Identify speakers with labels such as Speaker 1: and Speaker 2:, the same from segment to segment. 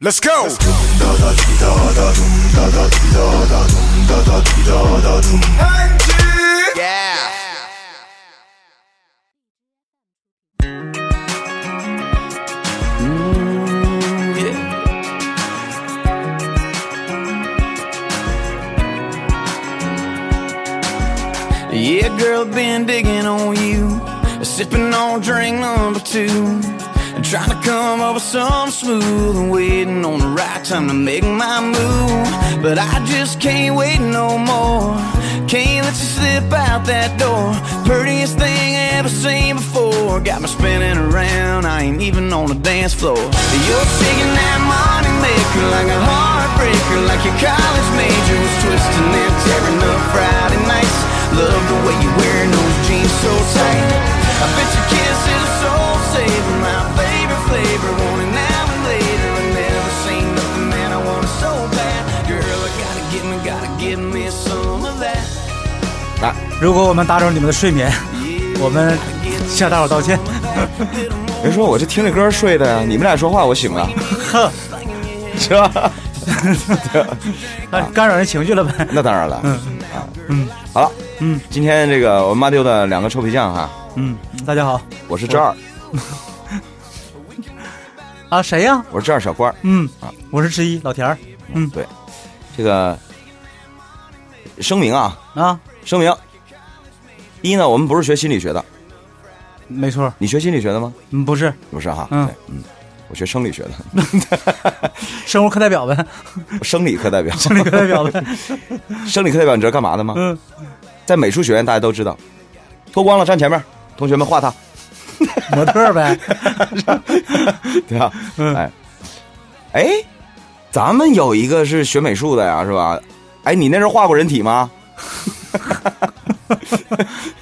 Speaker 1: Let's go. Yeah.
Speaker 2: Yeah, girl, been digging on you, sipping on drink number two, trying to come up with something smooth and waiting on the right time to make my move. But I just can't wait no more. Can't let you slip out that door. Prettiest thing I ever seen before. Got me spinning around, I ain't even on the dance floor. You're shaking that money maker like a heartbreaker, like your college major was twisting and tearing up Friday nights. Love the way you wear those jeans so tight. I bet your kiss is soul saving. My favorite flavor, want it now and later. I never seen nothing that I want it so bad. Girl, I gotta get me, gotta get me some of that.
Speaker 3: 来，如果我们打扰你们的睡眠，
Speaker 2: Yeah,
Speaker 3: 我们
Speaker 2: gotta get me
Speaker 3: 向大伙道歉。
Speaker 2: some of that.
Speaker 4: 别说，我这听着歌睡的呀，你们俩说话我醒 了，是吧？
Speaker 3: 啊，干扰人情绪了呗？
Speaker 4: 那当然了，嗯啊，嗯，好了，嗯，今天这个我们妈丢的两个臭皮匠哈，
Speaker 3: 嗯，大家好
Speaker 4: 我是这儿，
Speaker 3: 啊，谁呀？
Speaker 4: 我是这儿小官儿，
Speaker 3: 嗯
Speaker 4: 啊，
Speaker 3: 我是之一老田儿
Speaker 4: 这个声明啊，
Speaker 3: 啊，
Speaker 4: 声明，一呢，我们不是学心理学的，
Speaker 3: 没错，
Speaker 4: 你学心理学的吗？
Speaker 3: 嗯，不是
Speaker 4: 不是哈，
Speaker 3: 嗯
Speaker 4: 对嗯，我学生理学的，
Speaker 3: 生物课代表呗，
Speaker 4: 生理课代表，
Speaker 3: 生理课代表呗，
Speaker 4: 生理课代表，你知道干嘛的吗？
Speaker 3: 嗯，
Speaker 4: 在美术学院，大家都知道，脱光了站前面，同学们画他，
Speaker 3: 模特儿呗，
Speaker 4: 对吧？
Speaker 3: 嗯
Speaker 4: 哎，哎，咱们有一个是学美术的呀，是吧？哎，你那时候画过人体吗？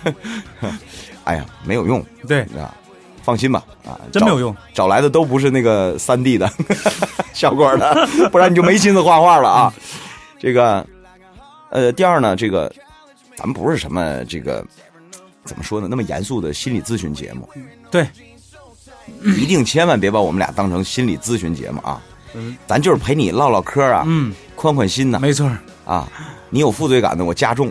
Speaker 4: 哎呀，没有用
Speaker 3: 对，
Speaker 4: 啊，放心吧啊，
Speaker 3: 真没有
Speaker 4: 找
Speaker 3: 用，
Speaker 4: 找来的都不是那个三 D 的 效果的，不然你就没心思画画了啊。这个，呃，第二呢，这个咱们不是什么这个怎么说呢，那么严肃的心理咨询节目，
Speaker 3: 对，
Speaker 4: 一定千万别把我们俩当成心理咨询节目啊。
Speaker 3: 嗯
Speaker 4: 咱就是陪你唠唠嗑啊，
Speaker 3: 嗯，
Speaker 4: 宽宽心呐
Speaker 3: 没错儿，
Speaker 4: 啊！你有负罪感的，我加重。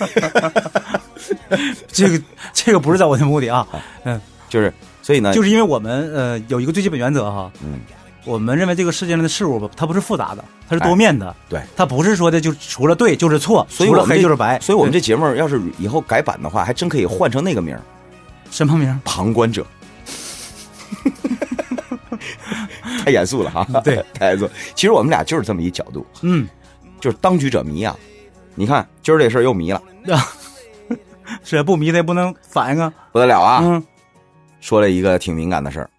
Speaker 3: 这个这个不是在我的目的啊，嗯，
Speaker 4: 就是，所以呢，
Speaker 3: 就是因为我们呃有一个最基本原则哈，
Speaker 4: 嗯，
Speaker 3: 我们认为这个世界上的事物吧，它不是复杂的，它是多面的，
Speaker 4: 对
Speaker 3: 它不是说的就除了对就是错，
Speaker 4: 所以
Speaker 3: 除
Speaker 4: 我
Speaker 3: 了
Speaker 4: 们
Speaker 3: 黑
Speaker 4: 这
Speaker 3: 就是白，
Speaker 4: 所以我们这节目要是以后改版的话，还真可以换成那个名儿
Speaker 3: 对什么名儿？
Speaker 4: “旁观 者”。太严肃了哈，
Speaker 3: 嗯对，
Speaker 4: 太严肃。其实我们俩就是这么一角度，
Speaker 3: 嗯，
Speaker 4: 就是当局者迷啊。你看，今儿这事儿又迷了，
Speaker 3: 是不迷他也不能反应啊，
Speaker 4: 不得了啊！
Speaker 3: 嗯，
Speaker 4: 说了一个挺敏感的事儿，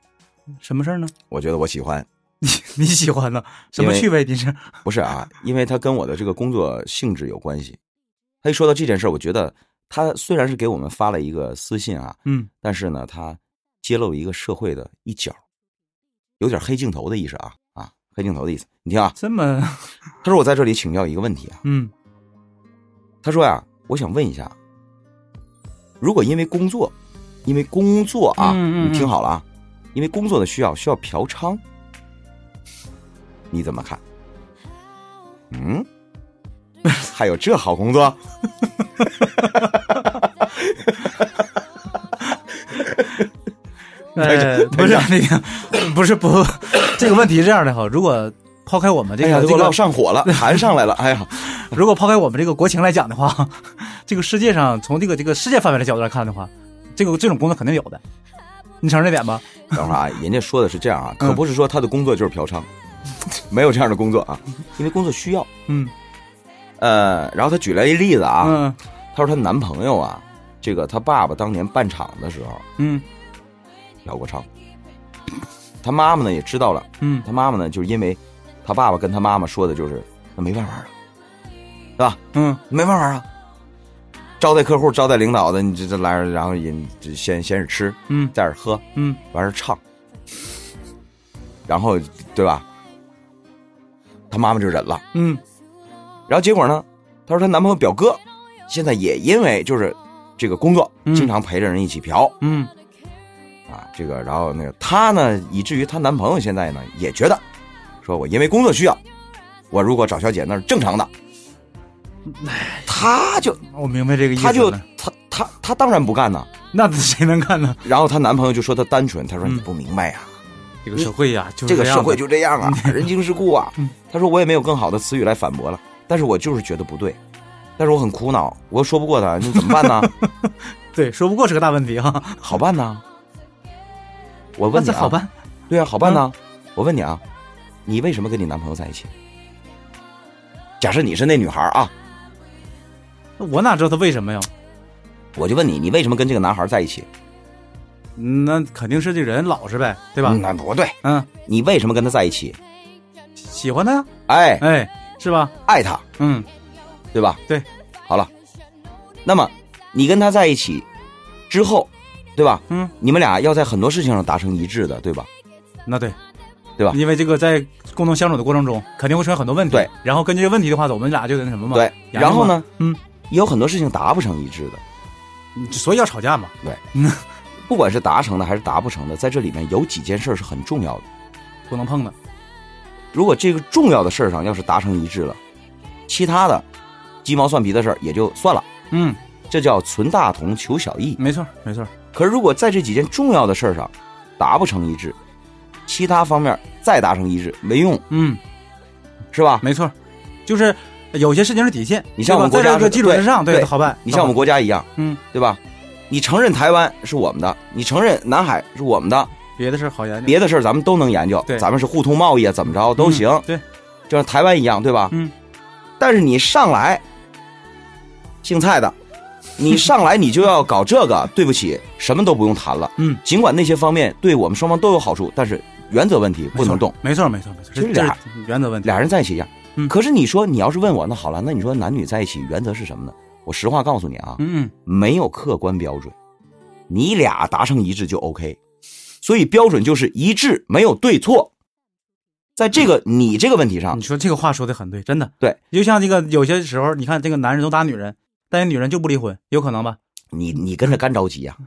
Speaker 3: 什么事儿呢？
Speaker 4: 我觉得我喜欢，
Speaker 3: 你喜欢呢？ 什么
Speaker 4: 因为
Speaker 3: 趣味？你是
Speaker 4: 不是啊，因为它跟我的这个工作性质有关系。他一说到这件事儿，我觉得他虽然是给我们发了一个私信啊，
Speaker 3: 嗯，
Speaker 4: 但是呢，他揭露一个社会的一角，有点黑镜头的意思啊啊，黑镜头的意思。你听啊，
Speaker 3: 这么
Speaker 4: 他说我在这里请教一个问题啊，
Speaker 3: 嗯
Speaker 4: 他说呀、啊我想问一下，如果因为工作，因为工作啊，
Speaker 3: 嗯嗯嗯
Speaker 4: 你听好了啊，因为工作的需要需要嫖娼，你怎么看？嗯， 还有这好工作？
Speaker 3: 呃不是那个 不是不这个问题是这样的哈，如果抛开我们这
Speaker 4: 哎呀，给
Speaker 3: 个这
Speaker 4: 我
Speaker 3: 个
Speaker 4: 唠上火了，痰上来了。哎呀，
Speaker 3: 如果抛开我们这个国情来讲的话， 这个世界上从这个这个世界范围的角度来看的话，这个这种工作肯定有的，你承认这点吧？
Speaker 4: 等会儿啊，人家说的是这样啊，
Speaker 3: 嗯
Speaker 4: 可不是说他的工作就是嫖娼，没有这样的工作啊，因为工作需要。
Speaker 3: 嗯
Speaker 4: 呃，然后他举了一例子啊，
Speaker 3: 嗯
Speaker 4: 她说她男朋友啊，这个她爸爸当年办厂的时候
Speaker 3: 嗯
Speaker 4: 嫖过娼，她妈妈呢也知道了，
Speaker 3: 嗯
Speaker 4: 她妈妈呢就是因为她爸爸跟她妈妈说的就是那没办法了，是吧？
Speaker 3: 嗯
Speaker 4: 没办法啊，招待客户、招待领导的，你这这来，然后人这先先是吃，
Speaker 3: 嗯
Speaker 4: 再是喝，
Speaker 3: 嗯，
Speaker 4: 完事儿唱，然后对吧？她妈妈就忍了。
Speaker 3: 嗯
Speaker 4: 然后结果呢，她说她男朋友表哥现在也因为就是这个工作，
Speaker 3: 嗯
Speaker 4: 经常陪着人一起嫖，
Speaker 3: 嗯
Speaker 4: 啊，这个，然后那个她呢，以至于她男朋友现在呢也觉得，说我因为工作需要，我如果找小姐那是正常的。她就
Speaker 3: 我明白这个意思
Speaker 4: 她
Speaker 3: 了。
Speaker 4: 就她她她当然不干呐。
Speaker 3: 那谁能看呢？
Speaker 4: 然后她男朋友就说她单纯，她说
Speaker 3: 嗯
Speaker 4: 你不明白呀、啊
Speaker 3: 这个社会呀，就
Speaker 4: 这
Speaker 3: 是
Speaker 4: 个
Speaker 3: 样
Speaker 4: 社会
Speaker 3: 的嗯
Speaker 4: 就这样啊，人情世故啊。她说我也没有更好的词语来反驳了，但是我就是觉得不对，但是我很苦恼，我又说不过她，你怎么办呢？
Speaker 3: 对，说不过是个大问题哈。
Speaker 4: 好办呐。我问你、
Speaker 3: 这
Speaker 4: 啊，
Speaker 3: 好办，嗯
Speaker 4: 对啊啊，好办呐、我问你啊，你为什么跟你男朋友在一起？假设你是那女孩啊，
Speaker 3: 我哪知道他为什么呀？
Speaker 4: 我就问你，你为什么跟这个男孩在一起？
Speaker 3: 那肯定是这人老实呗，对吧？
Speaker 4: 那不对，
Speaker 3: 嗯，
Speaker 4: 你为什么跟他在一起？
Speaker 3: 喜欢他呀，
Speaker 4: 哎，
Speaker 3: 哎，是吧？
Speaker 4: 爱他，
Speaker 3: 嗯，
Speaker 4: 对吧？
Speaker 3: 对，
Speaker 4: 好了，那么你跟他在一起之后，对吧？
Speaker 3: 嗯，
Speaker 4: 你们俩要在很多事情上达成一致的，对吧？
Speaker 3: 那对，
Speaker 4: 对吧
Speaker 3: 因为这个在共同相处的过程中，肯定会出现很多问题。
Speaker 4: 对，
Speaker 3: 然后根据这个问题的话，我们俩就得那什么嘛。
Speaker 4: 对，
Speaker 3: 研究嘛
Speaker 4: 然后呢？
Speaker 3: 嗯，
Speaker 4: 也有很多事情达不成一致的，
Speaker 3: 所以要吵架嘛。
Speaker 4: 不管是达成的还是达不成的，在这里面有几件事儿是很重要的。
Speaker 3: 不能碰的。
Speaker 4: 如果这个重要的事儿上要是达成一致了，其他的鸡毛蒜皮的事儿也就算了，
Speaker 3: 嗯，
Speaker 4: 这叫存大同求小异。
Speaker 3: 没错，没错。
Speaker 4: 可是如果在这几件重要的事儿上达不成一致，其他方面再达成一致没用，
Speaker 3: 嗯，
Speaker 4: 是吧？
Speaker 3: 没错，就是有些事情是底线。
Speaker 4: 你像我们
Speaker 3: 对吧
Speaker 4: 国家
Speaker 3: 在这个
Speaker 4: 是
Speaker 3: 基础之上，
Speaker 4: 对对
Speaker 3: 好办。
Speaker 4: 你像我们国家一样，
Speaker 3: 嗯，
Speaker 4: 对吧？你承认台湾是我们的，你承认南海是我们的，
Speaker 3: 别的事儿好研究，
Speaker 4: 别的事儿咱们都能研究
Speaker 3: 对，
Speaker 4: 咱们是互通贸易啊，怎么着都行，
Speaker 3: 嗯对，
Speaker 4: 就像台湾一样，对吧？
Speaker 3: 嗯。
Speaker 4: 但是你上来，姓蔡的，你上来你就要搞这个，对不起，什么都不用谈了。
Speaker 3: 嗯，
Speaker 4: 尽管那些方面对我们双方都有好处，但是原则问题不能动。
Speaker 3: 没错，没错，没错，
Speaker 4: 其实
Speaker 3: 这这是
Speaker 4: 俩
Speaker 3: 原则问题。
Speaker 4: 俩人在一起一样，
Speaker 3: 嗯
Speaker 4: 可是你说你要是问我，那好了，那你说男女在一起原则是什么呢？我实话告诉你啊，
Speaker 3: 嗯，嗯，
Speaker 4: 没有客观标准，你俩达成一致就 OK。所以标准就是一致，没有对错。在这个
Speaker 3: 嗯
Speaker 4: 你这个问题上
Speaker 3: 啊你，说这个话说的很对，真的。
Speaker 4: 对，
Speaker 3: 就像这个有些时候，你看这个男人总打女人，但是女人就不离婚，有可能吧？
Speaker 4: 你你跟着干着急啊呀、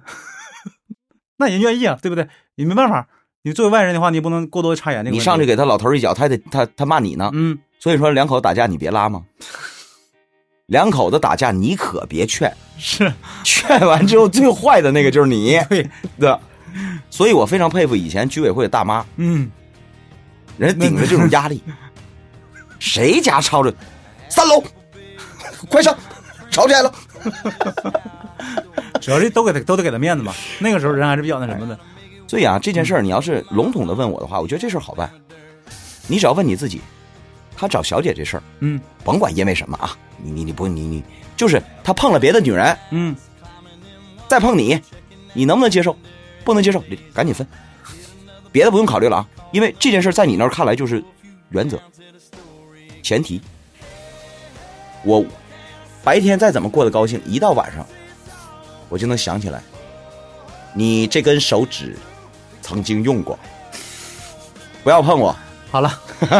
Speaker 3: 那人愿意啊，对不对？你没办法，你作为外人的话，你不能过多插言这个问题。
Speaker 4: 你上去给他老头一脚，他还得他他骂你呢。
Speaker 3: 嗯，
Speaker 4: 所以说两口子打架你别拉 嘛，两口子打架你可别劝，
Speaker 3: 是。
Speaker 4: 劝完之后最坏的那个就是你
Speaker 3: 对，
Speaker 4: 对，所以我非常佩服以前居委会的大妈，
Speaker 3: 嗯，
Speaker 4: 人家顶着这种压 力，谁家吵着三楼，快上，吵起来了。
Speaker 3: 主要是都给他都得给他面子嘛。那个时候人还是比较那什么的。
Speaker 4: 所以啊，这件事儿你要是笼统的问我的话，我觉得这事儿好办，你只要问你自己，他找小姐这事儿，
Speaker 3: 嗯
Speaker 4: 甭管因为什么啊，你你你不你你就是他碰了别的女人，
Speaker 3: 嗯，
Speaker 4: 再碰你，你能不能接受？不能接受，赶紧分，别的不用考虑了啊，因为这件事在你那儿看来就是原则、前提。我白天再怎么过得高兴，一到晚上，我就能想起来，你这根手指曾经用过，不要碰我。
Speaker 3: 好了，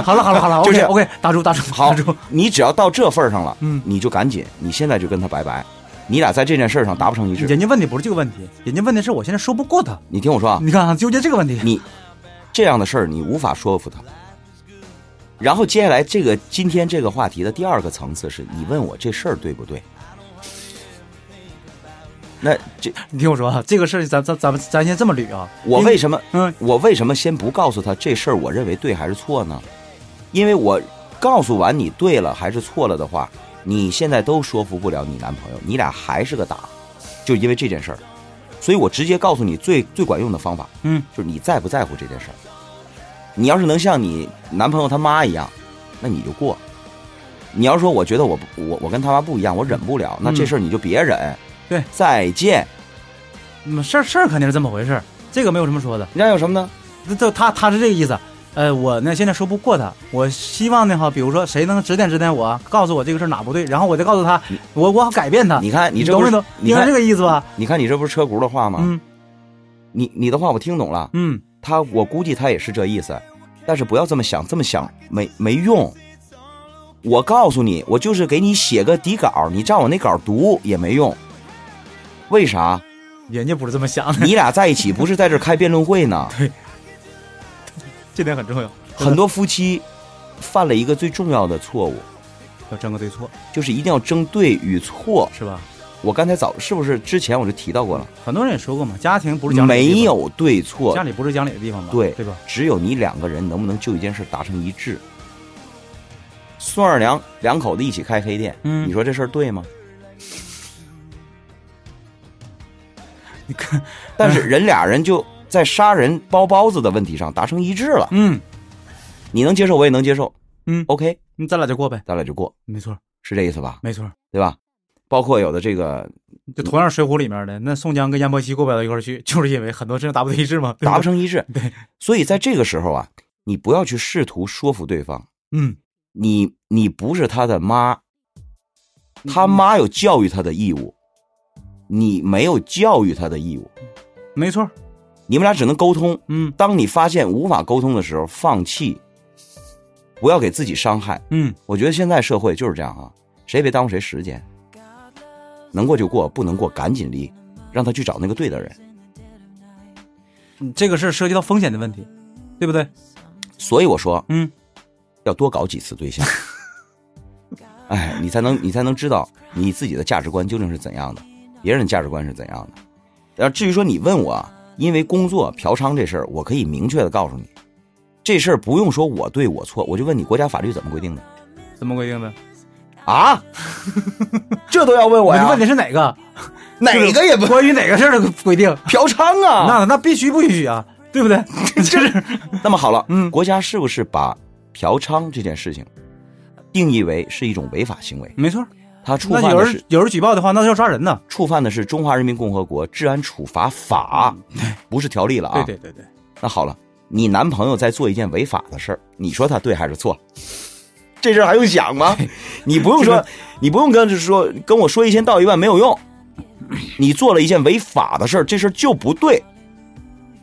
Speaker 3: 好了，好了，好了，
Speaker 4: 就是
Speaker 3: OK，打住，打住，
Speaker 4: 好
Speaker 3: 打住。，
Speaker 4: 你只要到这份儿上了，
Speaker 3: 嗯
Speaker 4: 你就赶紧，你现在就跟他拜拜，你俩在这件事儿上达不成一致。
Speaker 3: 人家问的不是这个问题，人家问的是我现在说不过他。
Speaker 4: 你听我说啊，
Speaker 3: 你看啊，纠结这个问题，
Speaker 4: 你这样的事儿你无法说服他。然后接下来这个今天这个话题的第二个层次是你问我这事儿对不对？那这
Speaker 3: 你听我说啊，这个事儿咱咱咱们咱先这么捋啊。
Speaker 4: 我
Speaker 3: 因
Speaker 4: 为什么
Speaker 3: 嗯
Speaker 4: 我为什么先不告诉他这事儿我认为对还是错呢？因为我告诉完你对了还是错了的话，你现在都说服不了你男朋友，你俩还是个打，就因为这件事儿。所以我直接告诉你最最管用的方法，
Speaker 3: 嗯，
Speaker 4: 就是你在不在乎这件事儿。你要是能像你男朋友他妈一样，那你就过。你要说我觉得我不我我跟他妈不一样，我忍不了，那这事儿你就别忍。
Speaker 3: 对，
Speaker 4: 再见。
Speaker 3: 嗯事儿事儿肯定是这么回事儿，这个没有什么说的。
Speaker 4: 你那有什么呢？
Speaker 3: 这这他他是这个意思。呃，我呢现在说不过他，我希望呢哈，比如说谁能指点指点我，啊告诉我这个事儿哪不对，然后我再告诉他
Speaker 4: 你，
Speaker 3: 我我好改变他。
Speaker 4: 你看你这
Speaker 3: 懂
Speaker 4: 不
Speaker 3: 没
Speaker 4: 是
Speaker 3: 懂？
Speaker 4: 啊你
Speaker 3: 你看
Speaker 4: 看啊
Speaker 3: 这个意思吧？
Speaker 4: 你看你这不是车轱辘话吗？
Speaker 3: 嗯
Speaker 4: 你你的话我听懂了，
Speaker 3: 嗯，
Speaker 4: 他我估计他也是这意思，但是不要这么想，这么想没没用。我告诉你，我就是给你写个底稿，你照我那稿读也没用。为啥？
Speaker 3: 人家不是这么想的，
Speaker 4: 你俩在一起不是在这儿开辩论会 呢？
Speaker 3: 这点很重要。
Speaker 4: 很多夫妻犯了一个最重要的错误，
Speaker 3: 要争个对错，
Speaker 4: 就是一定要争对与错。
Speaker 3: 是吧？
Speaker 4: 我刚才早是不是之前我就提到过了？
Speaker 3: 很多人也说过嘛，家庭不是讲理的地方
Speaker 4: 没，有对错
Speaker 3: 家，里不是讲理的地方嘛，
Speaker 4: 对
Speaker 3: 啊对吧？
Speaker 4: 只有你两个人能不能就一件事达成一致。孙二娘两口子一起开黑店，
Speaker 3: 嗯
Speaker 4: 你说这事儿对吗？
Speaker 3: 你看，
Speaker 4: 但是人俩人就在杀人包包子的问题上达成一致了，
Speaker 3: 嗯
Speaker 4: 你能接受，我也能接受
Speaker 3: 嗯，
Speaker 4: ，OK，
Speaker 3: 那咱俩就过呗，
Speaker 4: 咱俩就过，
Speaker 3: 没错
Speaker 4: 是这意思吧？
Speaker 3: 没错。
Speaker 4: 对吧？包括有的这个
Speaker 3: 就同样《水浒》里面的那宋江跟阎婆惜过不了到一块儿去，就是因为很多事情达不到一致嘛，对
Speaker 4: 达不
Speaker 3: 对，
Speaker 4: 成一致，
Speaker 3: 对，
Speaker 4: 所以在这个时候啊，你不要去试图说服对方，
Speaker 3: 嗯，
Speaker 4: 你你不是他的妈，他妈有教育他的义务，你没有教育他的义务，
Speaker 3: 没错，
Speaker 4: 你们俩只能沟通。
Speaker 3: 嗯
Speaker 4: 当你发现无法沟通的时候，放弃，不要给自己伤害。
Speaker 3: 嗯，
Speaker 4: 我觉得现在社会就是这样啊，谁也别耽误谁时间，能过就过，不能过赶紧离，让他去找那个对的人。
Speaker 3: 嗯这个事儿涉及到风险的问题，对不对？
Speaker 4: 所以我说，
Speaker 3: 嗯，
Speaker 4: 要多搞几次对象，哎，你才能你才能知道你自己的价值观究竟是怎样的，别人的价值观是怎样的。然后至于说你问我啊，因为工作嫖娼这事儿，我可以明确的告诉你，这事儿不用说我对我错，我就问你国家法律怎么规定的
Speaker 3: 怎么规定的？
Speaker 4: 啊？ 这都要问我
Speaker 3: 我就
Speaker 4: 呀？
Speaker 3: 问的是哪个？
Speaker 4: 哪个也不
Speaker 3: 关于哪个事儿的规定？
Speaker 4: 嫖娼啊？
Speaker 3: 那那必须不允许啊，对不对？就是
Speaker 4: 那么好了，
Speaker 3: 嗯
Speaker 4: 国家是不是把嫖娼这件事情定义为是一种违法行为？
Speaker 3: 没错。
Speaker 4: 它触
Speaker 3: 那
Speaker 4: 犯
Speaker 3: 有
Speaker 4: 的是
Speaker 3: 人有人举报的话，那就要抓人呢。
Speaker 4: 触犯的是《中华人民共和国治安处罚法》，不是条例了啊。
Speaker 3: 嗯对对对对，
Speaker 4: 那好了，你男朋友在做一件违法的事儿，你说他对还是错？这事儿还用想吗？你不用说，你不用跟说跟我说一千道一万没有用。你做了一件违法的事儿，这事儿就不对，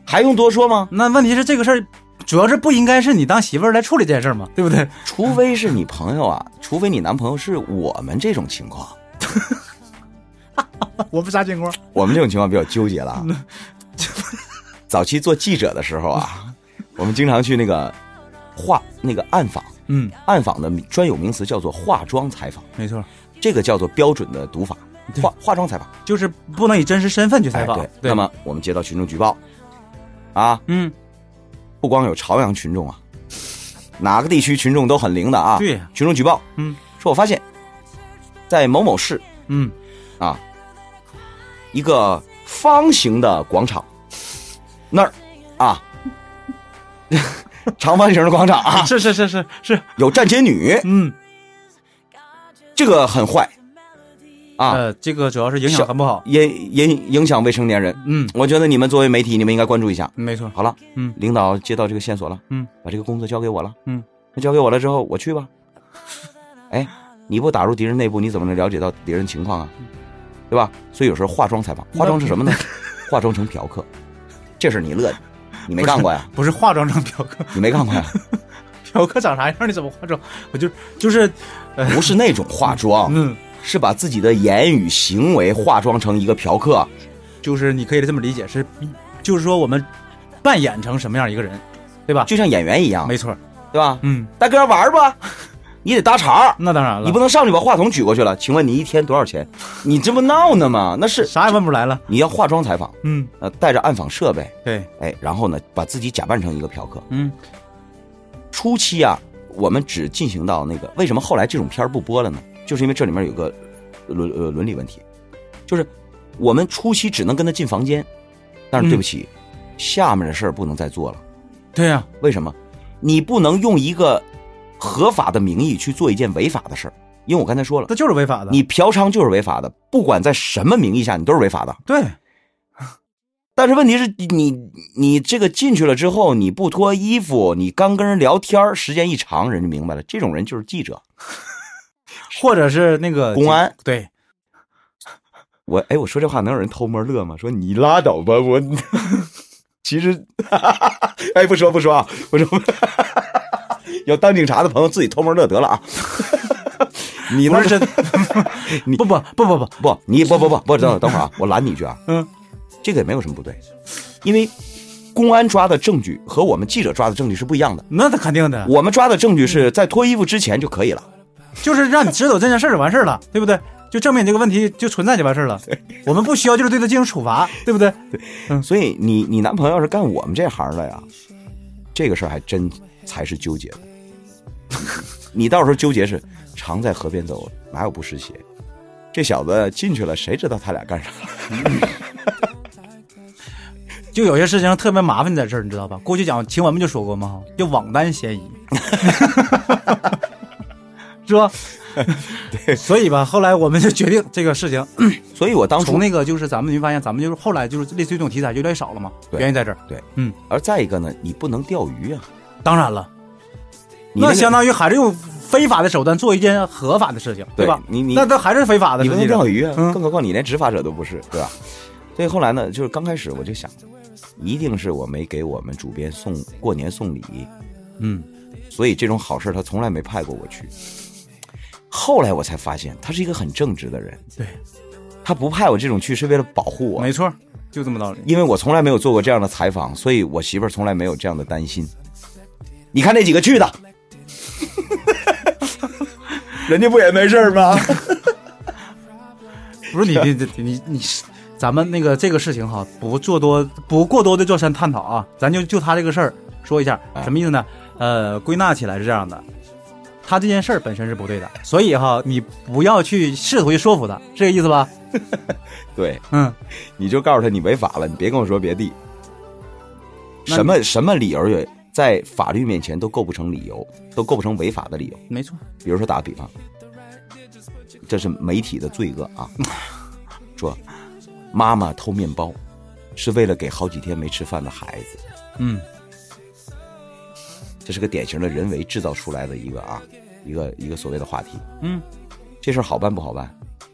Speaker 4: 还用多说吗？
Speaker 3: 那问题是这个事儿，主要是不应该是你当媳妇儿来处理这件事儿嘛，对不对？
Speaker 4: 除非是你朋友啊，除非你男朋友是我们这种情况，
Speaker 3: 我们啥情况？
Speaker 4: 我们这种情况比较纠结了 啊。 早期做记者的时候啊， 我们经常去那个化那个暗访，
Speaker 3: 嗯，
Speaker 4: 暗访的专有名词叫做化妆采访，
Speaker 3: 没错，
Speaker 4: 这个叫做标准的读法，化化妆采访。
Speaker 3: 就是不能以真实身份去采访。
Speaker 4: 哎对，那么我们接到群众举报，啊，
Speaker 3: 嗯，
Speaker 4: 不光有朝阳群众啊， 哪个地区群众都很灵的啊。
Speaker 3: 对呀
Speaker 4: 群众举报，
Speaker 3: 嗯，
Speaker 4: 说我发现，在某某市
Speaker 3: 嗯，
Speaker 4: 啊，一个方形的广场那儿啊， 长方形的广场啊，
Speaker 3: 是是是是是，
Speaker 4: 有站街女，
Speaker 3: 嗯，
Speaker 4: 这个很坏啊，
Speaker 3: 呃，这个主要是影响
Speaker 4: 小
Speaker 3: 很不好。
Speaker 4: 也影影响未成年人。
Speaker 3: 嗯，
Speaker 4: 我觉得你们作为媒体，你们应该关注一下。
Speaker 3: 没错，
Speaker 4: 好了，
Speaker 3: 嗯
Speaker 4: 领导接到这个线索了，
Speaker 3: 嗯，
Speaker 4: 把这个工作交给我了，
Speaker 3: 嗯，
Speaker 4: 那交给我了之后，我去吧。哎，你不打入敌人内部，你怎么能了解到敌人情况啊？
Speaker 3: 嗯
Speaker 4: 对吧？所以有时候化妆采访，化妆是 什么呢？化妆成嫖客，这事儿你乐的，你没干过呀？
Speaker 3: 不是化妆成嫖客，
Speaker 4: 你没干过 呀？
Speaker 3: 嫖客长啥样你怎么化妆？我就就是，
Speaker 4: 不是那种化妆，
Speaker 3: 嗯，
Speaker 4: 是把自己的言语行为化妆成一个嫖客。
Speaker 3: 就是你可以这么理解，是就是说我们扮演成什么样一个人，对吧？
Speaker 4: 就像演员一样
Speaker 3: 没，错，
Speaker 4: 对吧？
Speaker 3: 嗯，
Speaker 4: 大哥玩儿吧，你得搭茬儿，
Speaker 3: 那当然了，
Speaker 4: 你不能上去把话筒举过去了。请问你一天多少钱？你这不闹呢吗？那是
Speaker 3: 啥也问不出来了。
Speaker 4: 你要化妆采访，
Speaker 3: 嗯，
Speaker 4: 呃，带着暗访设备，
Speaker 3: 对，
Speaker 4: 哎，然后呢，把自己假扮成一个嫖客。
Speaker 3: 嗯，
Speaker 4: 初期啊，我们只进行到那个，为什么后来这种片儿不播了呢？就是因为这里面有个伦呃伦理问题，就是我们初期只能跟他进房间，但
Speaker 3: 嗯
Speaker 4: 是对不起，下面的事儿不能再做了。
Speaker 3: 对呀、
Speaker 4: 为什么？你不能用一个合法的名义去做一件违法的事儿，因为我刚才说了
Speaker 3: 那，就是违法的。
Speaker 4: 你嫖娼就是违法的，不管在什么名义下，你都是违法的。
Speaker 3: 对，
Speaker 4: 但是问题是你你这个进去了之后，你不脱衣服，你刚跟人聊天儿，时间一长，人就明白了，这种人就是记者。
Speaker 3: 或者是那个
Speaker 4: 公安，
Speaker 3: 对，
Speaker 4: 我哎，我说这话能有人偷摸乐吗？说你拉倒吧，我 其实， 哎，不说不说啊，不说， 有当警察的朋友自己偷摸乐得了啊。 你
Speaker 3: 不
Speaker 4: 那
Speaker 3: 是真，
Speaker 4: 你
Speaker 3: 不不不不不，
Speaker 4: 不，你不不不不，等等等会儿啊，我拦你一句啊。
Speaker 3: 嗯，
Speaker 4: 这个也没有什么不对，因为公安抓的证据和我们记者抓的证据是不一样的。
Speaker 3: 那他肯定的，
Speaker 4: 我们抓的证据是在脱衣服之前就可以了，
Speaker 3: 就是让你知道这件事儿就完事儿了，对不对？就证明这个问题就存在就完事儿了。我们不需要就是对他进行处罚，对不对？
Speaker 4: 所以你你男朋友要是干我们这行的呀，这个事儿还真才是纠结的。 你到时候纠结是常在河边走，哪有不湿鞋？这小子进去了，谁知道他俩干啥？
Speaker 3: 就有些事情特别麻烦在这儿，你知道吧？过去讲秦雯不就说过吗？叫网单嫌疑， 是吧？对，所以吧，后来我们就决定这个事情，
Speaker 4: 所以我当初
Speaker 3: 从那个就是咱们你发现咱们就是后来就是类似于这种题材就越来越少了嘛，
Speaker 4: 对
Speaker 3: 原因在这儿。
Speaker 4: 对，
Speaker 3: 嗯，
Speaker 4: 而再一个呢，你不能钓鱼啊。
Speaker 3: 当然了，
Speaker 4: 你那
Speaker 3: 那
Speaker 4: 个
Speaker 3: 相当于还是用非法的手段做一件合法的事情，
Speaker 4: 对
Speaker 3: 吧？
Speaker 4: 你你
Speaker 3: 那他还是非法的，
Speaker 4: 你不
Speaker 3: 实
Speaker 4: 能
Speaker 3: 际上
Speaker 4: 钓鱼啊，
Speaker 3: 嗯
Speaker 4: 更何况你连执法者都不是，对吧？所以后来呢，就是刚开始我就想，一定是我没给我们主编送过年送礼，
Speaker 3: 嗯，
Speaker 4: 所以这种好事他从来没派过我去。后来我才发现，他是一个很正直的人，
Speaker 3: 对，
Speaker 4: 他不派我这种去是为了保护我，
Speaker 3: 没错，就这么道理。
Speaker 4: 因为我从来没有做过这样的采访，所以我媳妇儿从来没有这样的担心。你看那几个去的， 人家不也没事儿吗？
Speaker 3: 不是你啊你你你你，咱们那个这个事情哈，不做多不过多的做深探讨啊，咱就就他这个事儿说一下，什么意思呢？呃，归纳起来是这样的，他这件事儿本身是不对的，所以哈，你不要去试图去说服他，这个意思吧？
Speaker 4: 对，
Speaker 3: 嗯，
Speaker 4: 你就告诉他你违法了，你别跟我说别地。
Speaker 3: 那你
Speaker 4: 什么什么理由也在法律面前都构不成理由，都构不成违法的理由。
Speaker 3: 没错，
Speaker 4: 比如说打个比方，这是媒体的罪恶啊， 说妈妈偷面包是为了给好几天没吃饭的孩子，
Speaker 3: 嗯，
Speaker 4: 这是个典型的人为制造出来的一个啊，一个一个所谓的话题。
Speaker 3: 嗯，
Speaker 4: 这事儿好办不好办？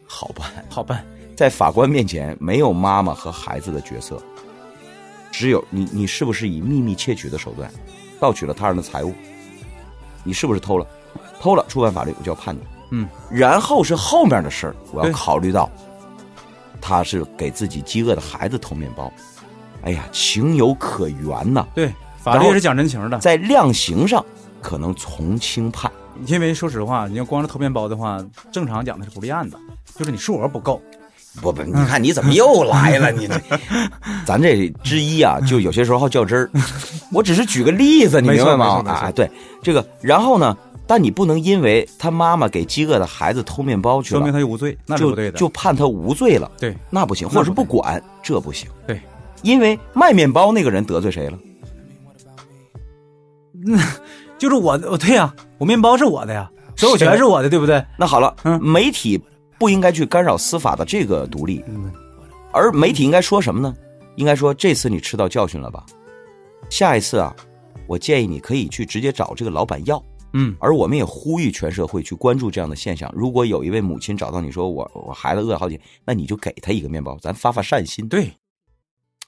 Speaker 4: 好办，
Speaker 3: 好办，
Speaker 4: 在法官面前没有妈妈和孩子的角色，只有你，你是不是以秘密窃取的手段盗取了他人的财物？你是不是偷了？偷了，触犯法律，我就要判你。
Speaker 3: 嗯，
Speaker 4: 然后是后面的事儿，我要
Speaker 3: 对
Speaker 4: 考虑到他是给自己饥饿的孩子偷面包，哎呀，情有可原呐、
Speaker 3: 对，法律也是讲真情的，
Speaker 4: 在量刑上可能从轻判。
Speaker 3: 因为说实话，你要光是偷面包的话，正常讲的是不立案的，就是你数额不够，
Speaker 4: 不不，你看你怎么又来 了？你这，嗯咱这之一啊，就有些时候好较 真儿。我只是举个例子，你
Speaker 3: 没
Speaker 4: 明
Speaker 3: 错
Speaker 4: 白吗
Speaker 3: 没？错没错
Speaker 4: 啊，对这个，然后呢，但你不能因为他妈妈给饥饿的孩子偷面包去
Speaker 3: 说明
Speaker 4: 了，
Speaker 3: 他就无罪，那是不
Speaker 4: 就
Speaker 3: 对的，
Speaker 4: 就判他无罪了，
Speaker 3: 对
Speaker 4: 那不行，
Speaker 3: 那
Speaker 4: 或者是不
Speaker 3: 不对
Speaker 4: 管，这不行，
Speaker 3: 对，
Speaker 4: 因为卖面包那个人得罪谁了？
Speaker 3: 就是我的，对呀、我面包是我的呀，所有权是我的，对不对？
Speaker 4: 那好了，
Speaker 3: 嗯
Speaker 4: 媒体不应该去干扰司法的这个独立，
Speaker 3: 嗯
Speaker 4: 而媒体应该说什么呢？应该说这次你吃到教训了吧？下一次啊，我建议你可以去直接找这个老板要。
Speaker 3: 嗯，
Speaker 4: 而我们也呼吁全社会去关注这样的现象。如果有一位母亲找到你说我我孩子饿了好几天，那你就给他一个面包，咱发发善心。
Speaker 3: 对，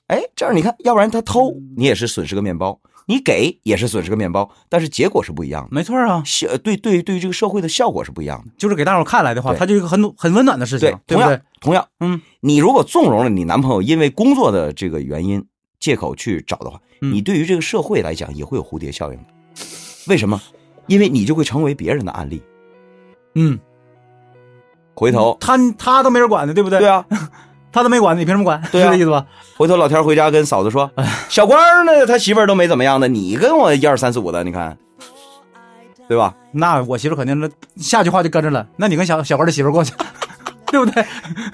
Speaker 4: 哎，这样你看，要不然他偷你也是损失个面包，你给也是损失个面包，但是结果是不一样的。
Speaker 3: 没错啊，
Speaker 4: 效对对对于这个社会的效果是不一样的。
Speaker 3: 就是给大伙儿看来的话，
Speaker 4: 对
Speaker 3: 它就是一个很很温暖的事情，对
Speaker 4: 同
Speaker 3: 不
Speaker 4: 样
Speaker 3: 对？
Speaker 4: 同样，
Speaker 3: 嗯，
Speaker 4: 你如果纵容了你男朋友因为工作的这个原因借口去找的话，
Speaker 3: 嗯
Speaker 4: 你对于这个社会来讲也会有蝴蝶效应的。为什么？因为你就会成为别人的案例。
Speaker 3: 嗯，
Speaker 4: 回头，
Speaker 3: 他他都没人管的，对不对？
Speaker 4: 对，啊，
Speaker 3: 他都没管，你凭什么管？
Speaker 4: 对啊
Speaker 3: 是这意思吧？
Speaker 4: 回头老天回家跟嫂子说，
Speaker 3: 哎
Speaker 4: 小官儿呢，他媳妇儿都没怎么样的，你跟我一二三四五的，你看，对吧？
Speaker 3: 那我媳妇肯定是下句话就跟着了，那你跟小小官的媳妇过去， 对不对？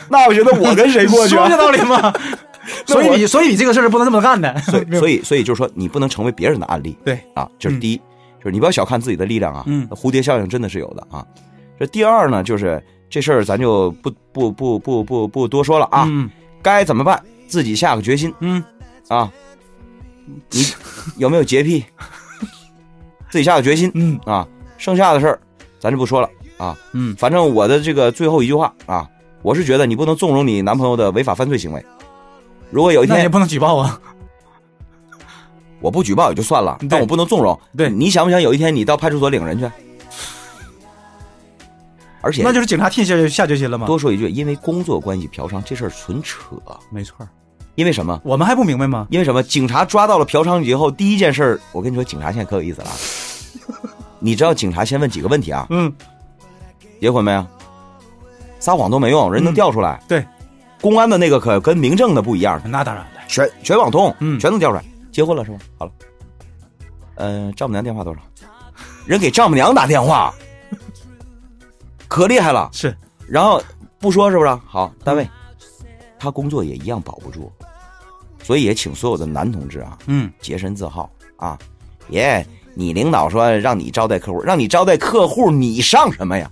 Speaker 4: 那我觉得我跟谁过去、
Speaker 3: 说
Speaker 4: 啊
Speaker 3: 这？道理 吗？所以你所以你这个事儿是不能这么干的，
Speaker 4: 所以，所以，所以就是说，你不能成为别人的案例。
Speaker 3: 对
Speaker 4: 啊，这是第一，就是你不要小看自己的力量啊。
Speaker 3: 嗯
Speaker 4: 蝴蝶效应真的是有的啊。这第二呢，就是这事儿咱就不不不不不不多说了啊。
Speaker 3: 嗯
Speaker 4: 该怎么办，自己下个决心
Speaker 3: 嗯，
Speaker 4: 啊。你有没有洁 癖？自己下个决心。
Speaker 3: 嗯
Speaker 4: 啊，剩下的事儿咱就不说了啊。
Speaker 3: 嗯
Speaker 4: 反正我的这个最后一句话啊，我是觉得你不能纵容你男朋友的违法犯罪行为。如果有一
Speaker 3: 那你也
Speaker 4: 天
Speaker 3: 不能举报啊，
Speaker 4: 我不举报也就算了，
Speaker 3: 对
Speaker 4: 但我不能纵容。
Speaker 3: 对
Speaker 4: 你想不想有一天你到派出所领人去？而且
Speaker 3: 那就是警察替你下下决心了吗？
Speaker 4: 多说一句，因为工作关系嫖娼这事儿纯扯，
Speaker 3: 没错儿，
Speaker 4: 因为什么？
Speaker 3: 我们还不明白吗？
Speaker 4: 因为什么？警察抓到了嫖娼劫后，第一件事儿，我跟你说，警察现在可有意思 了啊。你知道警察先问几个问题啊？
Speaker 3: 嗯，
Speaker 4: 结婚没有？撒谎都没用，人能
Speaker 3: 嗯
Speaker 4: 调出来。
Speaker 3: 对，
Speaker 4: 公安的那个可跟民政的不一样，
Speaker 3: 那当然了，
Speaker 4: 全全网通，
Speaker 3: 嗯
Speaker 4: 全能调出来。结婚了是吗？好了，呃，丈母娘电话多少？人给丈母娘打电话， 可厉害了。
Speaker 3: 是
Speaker 4: 然后不说是不是？好，单位，他工作也一样保不住，所以也请所有的男同志啊，
Speaker 3: 嗯，
Speaker 4: 洁身自好啊。耶，你领导说让你招待客户，让你招待客户，你上什么呀？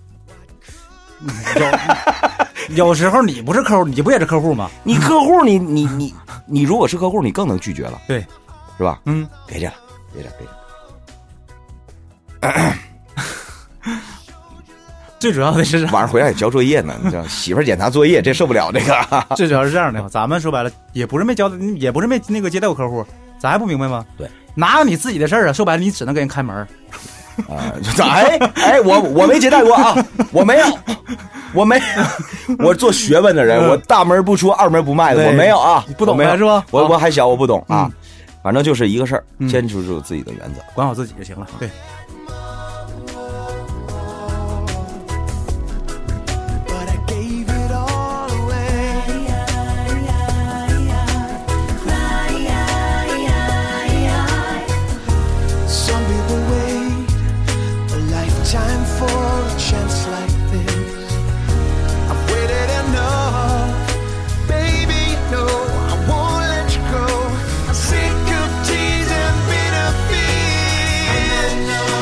Speaker 3: 有时候你不是客户，你不也是客户吗？
Speaker 4: 你客户你，你你你如果是客户，你更能拒绝了，
Speaker 3: 对，
Speaker 4: 是吧？
Speaker 3: 嗯，
Speaker 4: 别这样，别这样，别这样。
Speaker 3: 最主要的是
Speaker 4: 晚上回来交作业呢，你知道，媳妇儿检查作业，这受不了这个。
Speaker 3: 最主要是这样的，啊咱们说白了也不是没交代，也不是没那个接待过客户，咱还不明白吗？
Speaker 4: 对，
Speaker 3: 哪有你自己的事儿啊？说白了，你只能给人开门儿。
Speaker 4: 啊，就 哎哎，我我没接待过啊，我没有，我没， 我做学问的人，
Speaker 3: 嗯
Speaker 4: 我大门不出二门不迈的，
Speaker 3: 对
Speaker 4: 我没有啊，
Speaker 3: 你不懂
Speaker 4: 我没有
Speaker 3: 呗是吧
Speaker 4: 我
Speaker 3: 啊
Speaker 4: 我还小，我不懂啊
Speaker 3: 嗯，
Speaker 4: 反正就是一个事儿，
Speaker 3: 嗯
Speaker 4: 坚持住自己的原则。
Speaker 3: 管好自己就行了。对，
Speaker 2: But I gave it all away. Some people wait a lifetime for a chance like this. I've waited enough, baby. No, I won't let you go. I'm sick of teasing bitter fears.